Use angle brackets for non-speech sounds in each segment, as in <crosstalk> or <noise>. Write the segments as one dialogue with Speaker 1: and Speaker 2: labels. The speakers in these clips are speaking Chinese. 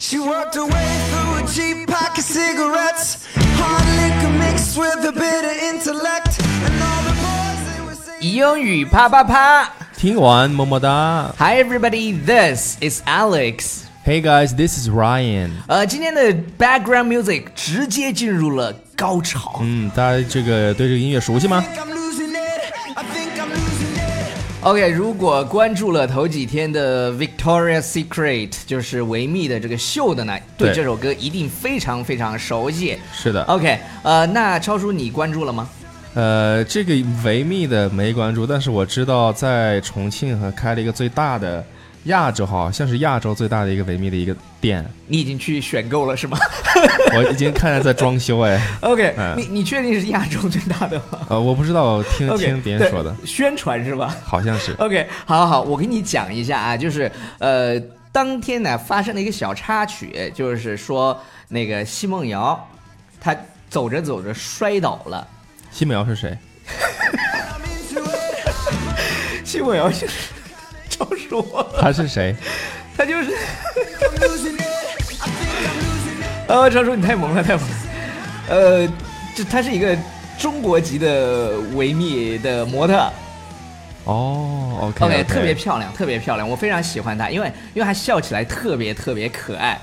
Speaker 1: She walked away through a cheap pack of cigarettes. Hard liquor mixed with a bit of intellect. And all the boys they were singing.
Speaker 2: 英语啪啪啪
Speaker 3: 听完么么哒。
Speaker 2: ！Hi everybody, this is Alex。
Speaker 3: Hey guys, this is Ryan。
Speaker 2: 呃，今天的 background music 直接进入了高潮。
Speaker 3: 嗯，大家这个对这个音乐熟悉吗
Speaker 1: I？think I'm losing it. I think I'm losing it.
Speaker 2: OK，如果关注了头几天的 Victoria Secret，就是维密的这个秀的呢，对
Speaker 3: 对
Speaker 2: 这首歌一定非常非常熟悉。
Speaker 3: 是的
Speaker 2: OK，呃，那超叔你关注了吗？
Speaker 3: 呃，这个维密的没关注，但是我知道在重庆和开了一个最大的亚洲，好像是亚洲最大的一个维密的一个
Speaker 2: <laughs>
Speaker 3: 店，
Speaker 2: 你已经去选购了是
Speaker 3: <laughs>
Speaker 2: 吗
Speaker 3: 我已经看着在装
Speaker 2: <laughs>
Speaker 3: 修哎。
Speaker 2: ？OK，、
Speaker 3: 嗯
Speaker 2: 你你确定是亚洲最大的吗
Speaker 3: 呃，我不知道，听
Speaker 2: ？OK，
Speaker 3: 听别人说的，
Speaker 2: 对宣传是吧？
Speaker 3: 好像是。
Speaker 2: OK，好好好，我给你讲一下啊，就是呃，当天呢发生了一个小插曲，就是说那个奚梦瑶，她走着走着摔倒了。
Speaker 3: 奚梦瑶是谁？
Speaker 1: I'm into it.
Speaker 2: 奚梦瑶就是 <laughs> 超叔，
Speaker 3: 他是谁？
Speaker 2: 她就是， <laughs>
Speaker 1: I'm losing it. I think I'm losing it.
Speaker 2: 呃，超叔你太萌了，太萌了，呃，这她是一个中国籍的维密的模特。
Speaker 3: 哦，OK
Speaker 2: OK，特别漂亮，特别漂亮，我非常喜欢她，因为因为她笑起来特别特别可爱。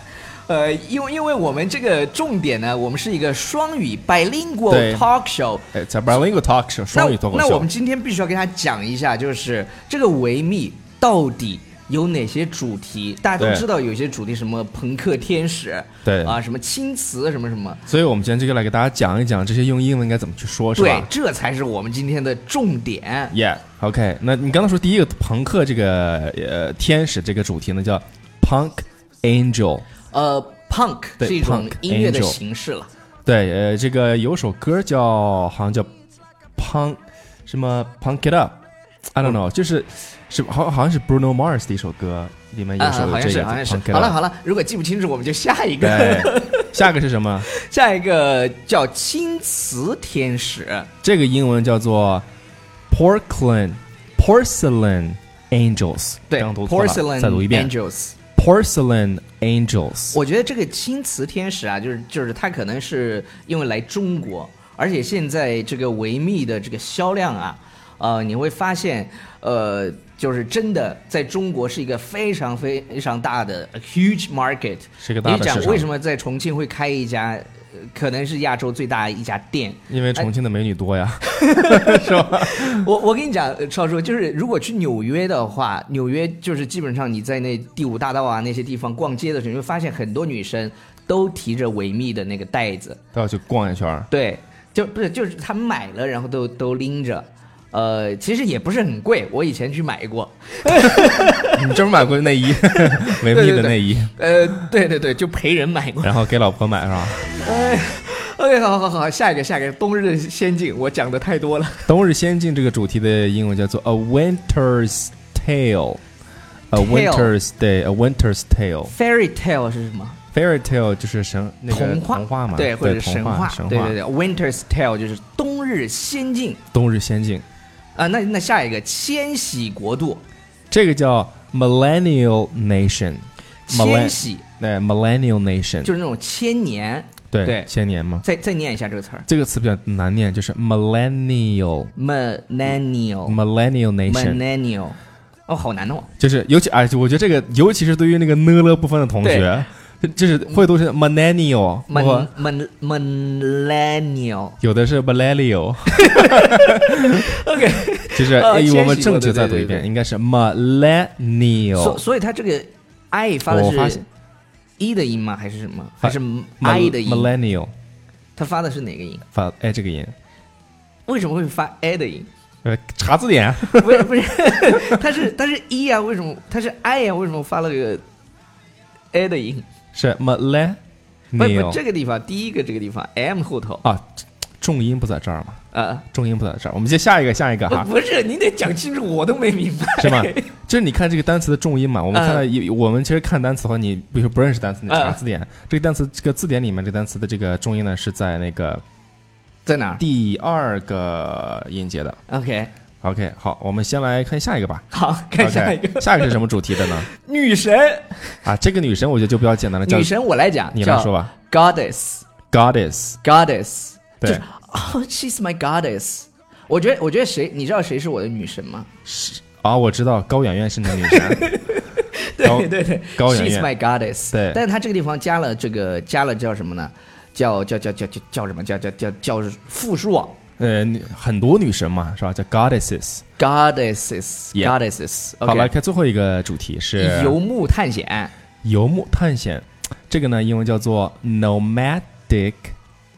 Speaker 2: 呃，因为因为我们这个重点呢，我们是一个双语 bilingual
Speaker 3: 对
Speaker 2: talk show。
Speaker 3: 哎，在 bilingual talk show
Speaker 2: 那
Speaker 3: 双语脱口秀。
Speaker 2: 那我们今天必须要跟她讲一下，就是这个维密到底有哪些主题？大家都
Speaker 3: 对
Speaker 2: 知道有些主题什么朋克天使，
Speaker 3: 对
Speaker 2: 啊，什么青瓷，什么什么。
Speaker 3: 所以，我们今天就来给大家讲一讲这些用英文该怎么去说，是
Speaker 2: 对
Speaker 3: 吧，
Speaker 2: 这才是我们今天的重点。
Speaker 3: ？Yeah，OK、那你刚才说第一个朋克这个呃天使这个主题呢，叫 Punk Angel。
Speaker 2: 呃，punk
Speaker 3: 对
Speaker 2: 是一种
Speaker 3: punk
Speaker 2: 音乐的
Speaker 3: angel
Speaker 2: 形式了。
Speaker 3: 对，呃，这个有首歌叫好像叫 Punk 什么 Punk It Up，I don't know，就是是好好像是 Bruno Mars 的一首歌，里面有
Speaker 2: 啊，
Speaker 3: 首
Speaker 2: 好像
Speaker 3: 这
Speaker 2: 是，
Speaker 3: 个
Speaker 2: 好像
Speaker 3: Punk
Speaker 2: 是。
Speaker 3: It
Speaker 2: 好了
Speaker 3: Up。
Speaker 2: 好了，如果记不清楚，我们就下一
Speaker 3: 对 <laughs>
Speaker 2: 个，，
Speaker 3: 下个是什么？
Speaker 2: <laughs> 下一个叫青瓷天使。
Speaker 3: 这个英文叫做 Porcelain Porcelain Angels。
Speaker 2: 对
Speaker 3: 刚读错了
Speaker 2: ，Porcelain
Speaker 3: 再读一遍
Speaker 2: Angels。
Speaker 3: Porcelain Angels。
Speaker 2: 我觉得这个青瓷天使啊，就是就是它可能是因为来中国，而且现在这个维密的这个销量啊，呃，你会发现，呃，就是真的在中国是一个非常非常大的 a huge market。
Speaker 3: 是一个大的
Speaker 2: 你讲
Speaker 3: 市场
Speaker 2: 为什么在重庆会开一家，呃可能是亚洲最大一家店？
Speaker 3: 因为重庆的美女多呀。
Speaker 2: 哎我我跟你讲，呃超叔，就是如果去纽约的话，纽约就是基本上你在那第五大道啊那些地方逛街的时候，你会发现很多女生都提着维密的那个袋子，
Speaker 3: 都要去逛一圈儿。 <laughs>
Speaker 2: 对，就不是就是她买了，然后都都拎着。呃，其实也不是很贵，我以前去买过。
Speaker 3: 你专门买过
Speaker 2: <laughs>
Speaker 3: 内衣，维密的内衣，
Speaker 2: 呃，对对对，就陪人买
Speaker 3: <laughs>
Speaker 2: 过。
Speaker 3: 然后给老婆买是吧？
Speaker 2: 哎，OK，好好好，下一个下一个，冬日仙境，我讲的太多了。
Speaker 3: 《冬日仙境》这个主题的英文叫做 A Winter's Tale。A
Speaker 2: Tale
Speaker 3: winter's day, a winter's tale.
Speaker 2: Fairy tale 是什么？
Speaker 3: Fairy tale 就是神那个
Speaker 2: 童话，
Speaker 3: 童话嘛，
Speaker 2: 对，或者
Speaker 3: 童
Speaker 2: 神
Speaker 3: 话，神
Speaker 2: 对对对，Winter's Tale 就是冬日仙境
Speaker 3: 冬日仙境，
Speaker 2: 啊、那那下一个千禧国度，
Speaker 3: 这个叫 Millennial Nation。
Speaker 2: 千
Speaker 3: Millen
Speaker 2: 禧
Speaker 3: 对 Millennial Nation
Speaker 2: 就是那种千年，对
Speaker 3: 对千年嘛，
Speaker 2: 再再念一下这个词儿
Speaker 3: 这个词比较难念，就是 Millennial
Speaker 2: ，millennial
Speaker 3: Millennial Nation。
Speaker 2: millennial，哦，好难哦。
Speaker 3: 就是尤其哎，我觉得这个尤其是对于那个呢了部分的同学，就是会读成 millennial，
Speaker 2: mon
Speaker 3: 或
Speaker 2: mon millennial，
Speaker 3: 有的是 millennial。
Speaker 2: <laughs> OK
Speaker 3: 就是
Speaker 2: 呃
Speaker 3: 哎
Speaker 2: 千禧
Speaker 3: 我们正确再读
Speaker 2: 对
Speaker 3: 一
Speaker 2: 对对
Speaker 3: 遍，
Speaker 2: 对
Speaker 3: 应该是
Speaker 2: 所
Speaker 3: millennial。
Speaker 2: 所以它这个 i 发的
Speaker 3: 我发
Speaker 2: 是
Speaker 3: 现
Speaker 2: e 的音吗？还是什么？
Speaker 3: 发
Speaker 2: 还是 i 的音？
Speaker 3: millennial
Speaker 2: 它发的是哪个音？
Speaker 3: 发哎这个音，
Speaker 2: 为什么会发 i 的音？
Speaker 3: 呃查字典，
Speaker 2: 不是 <laughs> 不是，它是它是 e 啊，为什么它是 i 啊？为什么发了个 a 的音？
Speaker 3: 是
Speaker 2: 不不，这
Speaker 3: millennial
Speaker 2: 个地方第一个这个地方 m 后头
Speaker 3: 啊，重音不在这儿嘛，
Speaker 2: 啊，
Speaker 3: 重音不在这儿。我们接下一个下一个
Speaker 2: 不
Speaker 3: 哈，
Speaker 2: 不是，你得讲清楚，我都没明白。
Speaker 3: <laughs> 是吗？就是你看这个单词的重音嘛，我们看到
Speaker 2: 嗯
Speaker 3: 有、我们其实看单词的话，你比如说不认识单词，你查字典，这个单词这个字典里面这个单词的这个重音呢是在那个
Speaker 2: 在哪
Speaker 3: 第二个音节的
Speaker 2: ？OK，
Speaker 3: OK，好，我们先来看下一个吧。
Speaker 2: 好，看下一个
Speaker 3: OK，下一个是什么主题
Speaker 2: <laughs>
Speaker 3: 的呢？
Speaker 2: 女神，
Speaker 3: 啊，这个女神我觉得就比较简单了，叫
Speaker 2: 女神我来讲，
Speaker 3: 你
Speaker 2: 叫
Speaker 3: 来说吧
Speaker 2: Goddess，Goddess，
Speaker 3: ，Goddess。
Speaker 2: 就
Speaker 3: 对
Speaker 2: 是哦，She's my Goddess。我觉得，我觉得谁，你知道谁是我的女神吗？
Speaker 3: 啊，我知道高圆圆是你的
Speaker 2: <laughs>
Speaker 3: 女神，高
Speaker 2: 对对对
Speaker 3: 高圆
Speaker 2: ，She's
Speaker 3: 圆
Speaker 2: my Goddess。
Speaker 3: 对
Speaker 2: 但是她这个地方加了这个，加了叫什么呢？叫叫叫叫叫叫什么？叫叫叫叫复数啊
Speaker 3: 呃，女很多女神嘛，是吧？叫 Goddesses。
Speaker 2: ，Goddesses，Goddesses。
Speaker 3: Yeah
Speaker 2: Goddesses，OK
Speaker 3: 好来看最后一个主题是
Speaker 2: 游牧探险
Speaker 3: 游牧探险，这个呢英文叫做 nomadic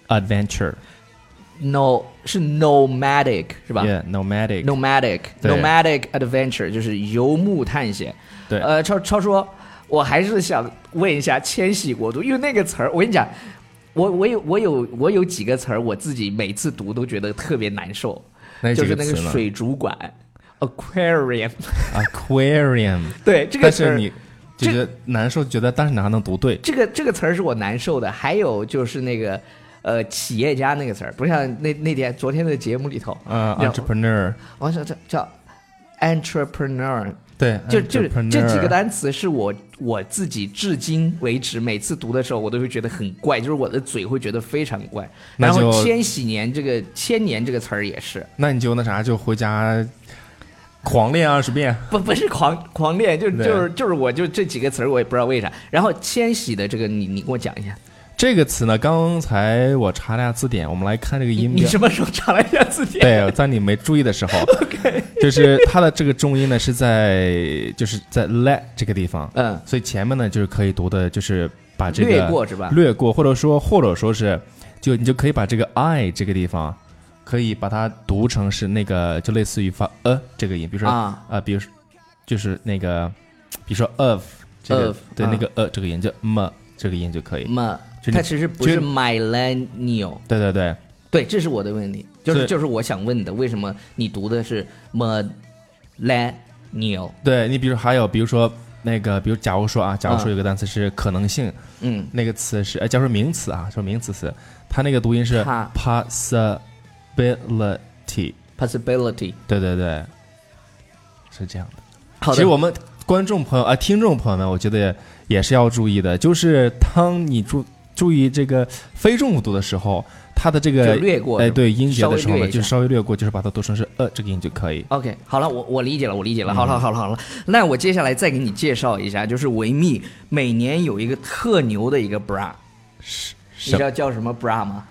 Speaker 3: adventure，
Speaker 2: ，no 是 nomadic 是吧
Speaker 3: Yeah，nomadic。
Speaker 2: nomadic
Speaker 3: 对
Speaker 2: nomadic adventure 就是游牧探险。
Speaker 3: 对
Speaker 2: 呃，超超说，我还是想问一下千禧国度，因为那个词儿，我跟你讲，我我有我有我有几个词儿，我自己每次读都觉得特别难受，
Speaker 3: 那
Speaker 2: 就
Speaker 3: 几
Speaker 2: 是
Speaker 3: 个
Speaker 2: 那个
Speaker 3: 词呢
Speaker 2: 水族馆 aquarium， <laughs>
Speaker 3: aquarium，
Speaker 2: 对这个
Speaker 3: 但
Speaker 2: 词儿
Speaker 3: 是你就觉得难受，觉得但是你还能读对，
Speaker 2: 这个这个词儿是我难受的，还有就是那个呃企业家那个词儿，不像那那天昨天的节目里头，
Speaker 3: 呃
Speaker 2: 然后
Speaker 3: ，entrepreneur，
Speaker 2: 我想叫叫 entrepreneur，
Speaker 3: 对，
Speaker 2: 就就是这几个
Speaker 3: entrepreneur
Speaker 2: 单词是我我自己至今为止每次读的时候，我都会觉得很怪，就是我的嘴会觉得非常怪。
Speaker 3: 那
Speaker 2: 然后
Speaker 3: 就
Speaker 2: 千禧年这个千年这个词儿也是，
Speaker 3: 那你就那啥，就回家狂练二十遍。 <laughs>
Speaker 2: 不不是狂狂恋，就
Speaker 3: 对
Speaker 2: 就是就是我就这几个词儿我也不知道为啥。然后千禧的这个你你给我讲一下，
Speaker 3: 这个词呢，刚才我查了下字典，我们来看这个音
Speaker 2: 你
Speaker 3: 标。
Speaker 2: 什么时候查了一下字典？
Speaker 3: 对，在你没注意的时候就是它的这个重音呢是在就是在 let 这个地方，
Speaker 2: 嗯
Speaker 3: 所以前面呢就是可以读的，就是把这个
Speaker 2: 略过是吧
Speaker 3: 略过，或者说或者说是，就你就可以把这个 i 这个地方，可以把它读成是那个就类似于发呃这个音，比如说
Speaker 2: 啊
Speaker 3: 呃，比如说就是那个，比如说 of 这个
Speaker 2: of，
Speaker 3: 对、
Speaker 2: 啊
Speaker 3: 那个呃这个音就 m 这个音就可以，
Speaker 2: 么
Speaker 3: 就你
Speaker 2: 它其实不是
Speaker 3: 就
Speaker 2: millennial，
Speaker 3: 对对对，
Speaker 2: 对，这是我的问题，就是
Speaker 3: 对
Speaker 2: 就是我想问的，为什么你读的是 millennial？
Speaker 3: 对你比如还有比如说那个，比如假如说啊，假如说有个单词是可能性，
Speaker 2: 嗯，
Speaker 3: 那个词是哎，假如说名词啊，说名词词，它那个读音是
Speaker 2: 它
Speaker 3: possibility，
Speaker 2: possibility。
Speaker 3: 对对对，是这样的。
Speaker 2: 好
Speaker 3: 其
Speaker 2: 的
Speaker 3: 实，我们观众朋友啊、听众朋友们，我觉得也是要注意的，就是当你注注意这个非重复读的时候，它的这个
Speaker 2: 就略过
Speaker 3: 哎
Speaker 2: 是吧
Speaker 3: 对音节
Speaker 2: 稍微
Speaker 3: 的时候
Speaker 2: 略
Speaker 3: 呢，
Speaker 2: 一
Speaker 3: 就
Speaker 2: 下
Speaker 3: 稍微略过，就是把它读成是呃这个音就可以。
Speaker 2: OK，好了，我我理解了，我理解了。好
Speaker 3: 嗯
Speaker 2: 了，好了，好了。那我接下来再给你介绍一下，就是维密每年有一个特牛的一个 bra，你知
Speaker 3: 什
Speaker 2: 道叫什么 bra 吗？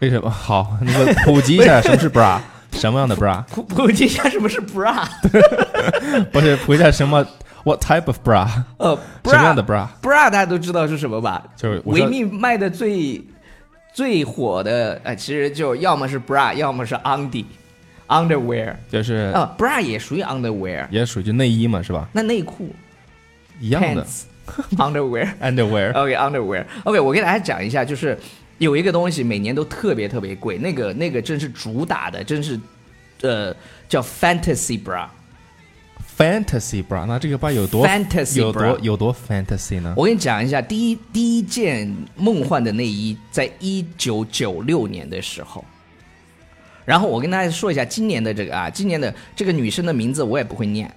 Speaker 3: 为什么？好，那个普及一下什么是 bra，什
Speaker 2: <laughs>
Speaker 3: 么样的 bra？
Speaker 2: 普 <laughs> 普及一下什么是 bra？
Speaker 3: 不是普及一下什么？What type of bra？
Speaker 2: 呃，
Speaker 3: 什么样的
Speaker 2: bra
Speaker 3: bra？
Speaker 2: bra 大家都知道是什么吧？
Speaker 3: 就是我
Speaker 2: 维
Speaker 3: 说
Speaker 2: 密卖的最最火的，呃，其实就要么是 bra，要么是 undy underwear
Speaker 3: 就是
Speaker 2: 啊、b r a 也属于 underwear，
Speaker 3: 也属于就内衣嘛，是吧？
Speaker 2: 那内裤
Speaker 3: 一样的
Speaker 2: pants <laughs> underwear。
Speaker 3: underwear。
Speaker 2: OK underwear。OK，我给大家讲一下，就是有一个东西每年都特别特别贵，那个那个真是主打的，真是呃叫 fantasy bra。
Speaker 3: fantasy bra，那这个 bra 有多
Speaker 2: Fantasy
Speaker 3: 有
Speaker 2: bra
Speaker 3: 多有多 fantasy 呢？
Speaker 2: 我跟你讲一下，第一第一件梦幻的内衣，在一九九六年的时候。然后我跟大家说一下今年的这个啊，今年的这个女生的名字我也不会念，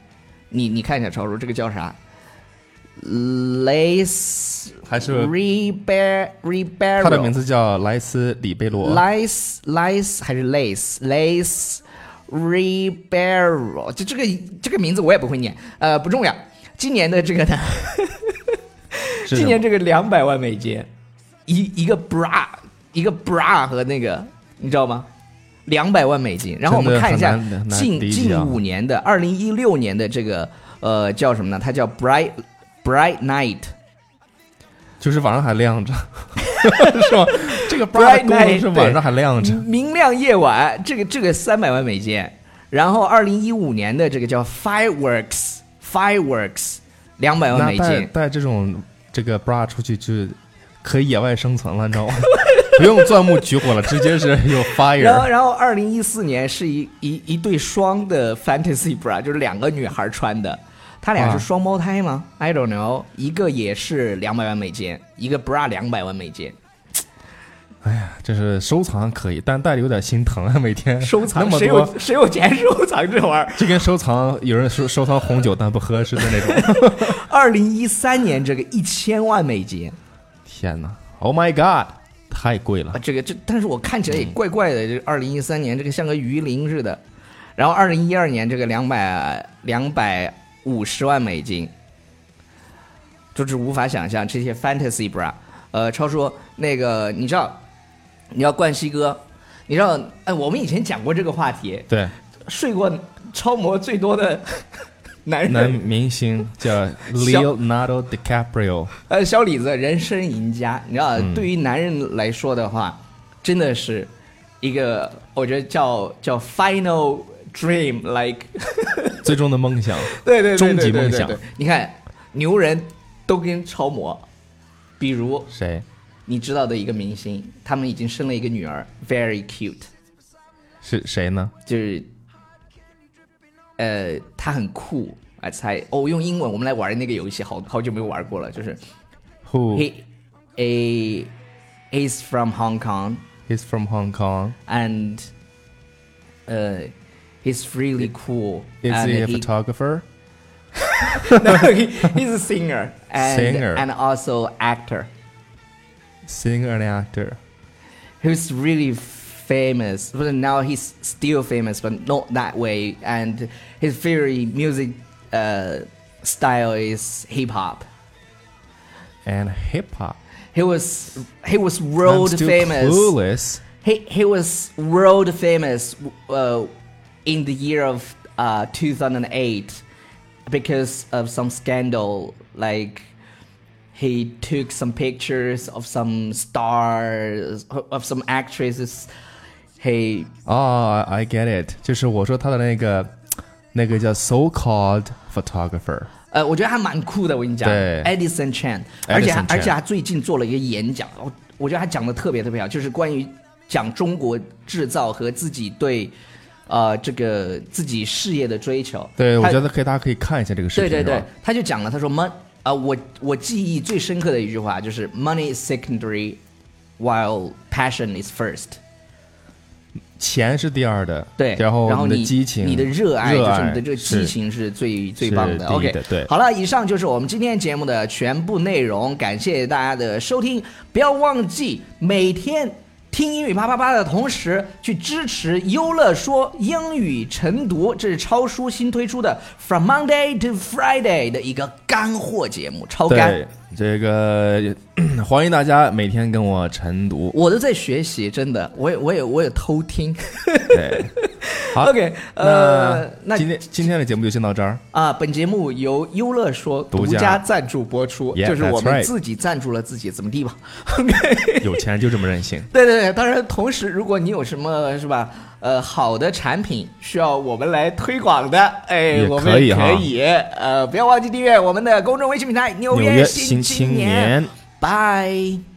Speaker 2: 你你看一下超叔这个叫啥？Lace
Speaker 3: 还是
Speaker 2: Reber Reber，
Speaker 3: 他的名字叫莱斯里贝罗
Speaker 2: Lice Lice 还是 Lace Lace Ribeiro，就这个这个名字我也不会念，呃，不重要。今年的这个呢，
Speaker 3: 是
Speaker 2: 今
Speaker 3: 什
Speaker 2: 年
Speaker 3: 么？
Speaker 2: 这个两百万美金，一一个 bra 一个 bra 和那个你知道吗？两百万美金。然后我们
Speaker 3: 真的
Speaker 2: 看一下
Speaker 3: 很难很难
Speaker 2: 近
Speaker 3: 理解
Speaker 2: 近
Speaker 3: 啊
Speaker 2: 五年的，二零一六年的这个呃叫什么呢？它叫 Bright Bright Night。
Speaker 3: 就是晚上还亮着， <laughs> 是吧？这个 bra
Speaker 2: Bright
Speaker 3: 的功能是
Speaker 2: night，
Speaker 3: 晚上还亮着。
Speaker 2: 明亮夜晚，这个这个三百万美金。然后二零一五年的这个叫 Fireworks Fireworks 两百万
Speaker 3: 那
Speaker 2: 美
Speaker 3: 带
Speaker 2: 金。
Speaker 3: 带这种这个 bra 出去就可以野外生存了，你知道吗？不用钻木取火了，直接是有
Speaker 2: <laughs> 然后
Speaker 3: fire。
Speaker 2: 然后二零一四年是一一一对双的 Fantasy bra，就是两个女孩穿的。她俩
Speaker 3: 啊
Speaker 2: 是双胞胎吗？I don't know，一个也是两百万美金，一个 bra 两百万美金。
Speaker 3: 哎呀，这是收藏可以，但带着有点心疼啊，每天
Speaker 2: 收藏
Speaker 3: 那么
Speaker 2: 谁
Speaker 3: 多
Speaker 2: 有谁有钱收藏这玩意儿？
Speaker 3: 就跟收藏有人收收藏红酒但不喝似的那种。 <laughs>
Speaker 2: 二零一三年这个一千万美金，
Speaker 3: 天哪，Oh my God，太贵了
Speaker 2: 啊，。这个这，但是我看起来也怪怪的。这二零一三年这个像个鱼鳞似的，然后二零一二年这个两百两百五十万美金，就是无法想象这些 fantasy bra。呃，超叔，那个你知道，你知道冠希哥，你知道，哎，我们以前讲过这个话题， <laughs>
Speaker 3: 对，
Speaker 2: 睡过超模最多的 <laughs> 男人，
Speaker 3: 男明星叫 Leonardo DiCaprio，
Speaker 2: 呃，小李子人生赢家，你知道，
Speaker 3: 嗯
Speaker 2: 对于男人来说的话，真的是一个，我觉得叫叫 final dream，like，
Speaker 3: 最终的梦想。
Speaker 2: <laughs> 对对对对
Speaker 3: 终极
Speaker 2: 对
Speaker 3: 梦
Speaker 2: 对
Speaker 3: 想
Speaker 2: 对你看，牛人都跟超模，比如
Speaker 3: 谁？
Speaker 2: 你知道的一个明星，他们已经生了一个女儿，very cute，
Speaker 3: 是谁呢？
Speaker 2: 就是，呃，他很酷，哎，猜哦，用英文我们来玩那个游戏，好好久没有玩过了，就是。
Speaker 3: Who
Speaker 2: He a is from Hong Kong
Speaker 3: is from Hong Kong?
Speaker 2: and uh he's really cool.
Speaker 3: Is
Speaker 2: and
Speaker 3: he a
Speaker 2: he-
Speaker 3: photographer?
Speaker 2: <laughs> no,
Speaker 3: <laughs>
Speaker 2: he, he's a singer and
Speaker 3: Singer.
Speaker 2: and also actor.
Speaker 3: Singer and actor.
Speaker 2: He's really famous. But now he's still famous but not that way and his very music uh style is hip hop.
Speaker 3: And hip hop.
Speaker 2: He was he was
Speaker 3: I'm
Speaker 2: world
Speaker 3: still eh?
Speaker 2: famous.
Speaker 3: Clueless.
Speaker 2: He he was world famous uh, in the year of uh, 2008 because of some scandal. Like he took some pictures of some stars of some actresses. He
Speaker 3: 哦、i get it，就是我说他的那个那个叫 so called photographer，
Speaker 2: 呃，我觉得还蛮酷的，我跟你讲
Speaker 3: 对
Speaker 2: ，Edison Chan，而且还
Speaker 3: Chan
Speaker 2: 而且他最近做了一个演讲，我我觉得他讲的特别特别好，就是关于讲中国制造和自己对，呃，这个自己事业的追求。
Speaker 3: 对我
Speaker 2: 他
Speaker 3: 觉得可以，大家可以看一下这个视
Speaker 2: 对
Speaker 3: 频，
Speaker 2: 对
Speaker 3: 是吧
Speaker 2: 对，他就讲了，他说 mon 啊、我我记忆最深刻的一句话就是 money is secondary while passion is first。
Speaker 3: 钱是第二的，
Speaker 2: 对，
Speaker 3: 然后
Speaker 2: 后
Speaker 3: 你
Speaker 2: 你
Speaker 3: 的激情、
Speaker 2: 你的热爱，
Speaker 3: 热
Speaker 2: 就
Speaker 3: 爱
Speaker 2: 是你的这个激，情是最最
Speaker 3: 是
Speaker 2: 棒
Speaker 3: 第
Speaker 2: 的。
Speaker 3: 一
Speaker 2: OK，
Speaker 3: 的对
Speaker 2: 好了，以上就是我们今天节目的全部内容，感谢大家的收听，不要忘记每天。听英语啪啪啪的同时，去支持优乐说英语晨读，这是超叔新推出的 From Monday to Friday 的一个干货节目，超干
Speaker 3: 对。这个 <clears throat> 欢迎大家每天跟我晨
Speaker 2: <laughs>
Speaker 3: 读，
Speaker 2: 我都在学习，真的，我也我也我也偷听。
Speaker 3: 对，好
Speaker 2: <laughs> OK，呃，那
Speaker 3: 今天今天的节目就先到这儿，
Speaker 2: 啊，本节目由优乐说
Speaker 3: 独
Speaker 2: 独
Speaker 3: 家
Speaker 2: 家赞助播出，
Speaker 3: Yeah,
Speaker 2: 就是我
Speaker 3: that's right
Speaker 2: 们自己赞助了自己，怎么地吧？OK，，
Speaker 3: 有钱人就这么任性
Speaker 2: <laughs> 对对对，当然，同时如果你有什么是吧，呃，好的产品需要我们来推广的，哎
Speaker 3: 也，
Speaker 2: 我
Speaker 3: 可
Speaker 2: 们
Speaker 3: 以
Speaker 2: 也
Speaker 3: 哈
Speaker 2: 可以，呃，不要忘记订阅我们的公众微信平台《纽
Speaker 3: 纽约
Speaker 2: 新
Speaker 3: 新青
Speaker 2: 年
Speaker 3: 年》，
Speaker 2: 拜。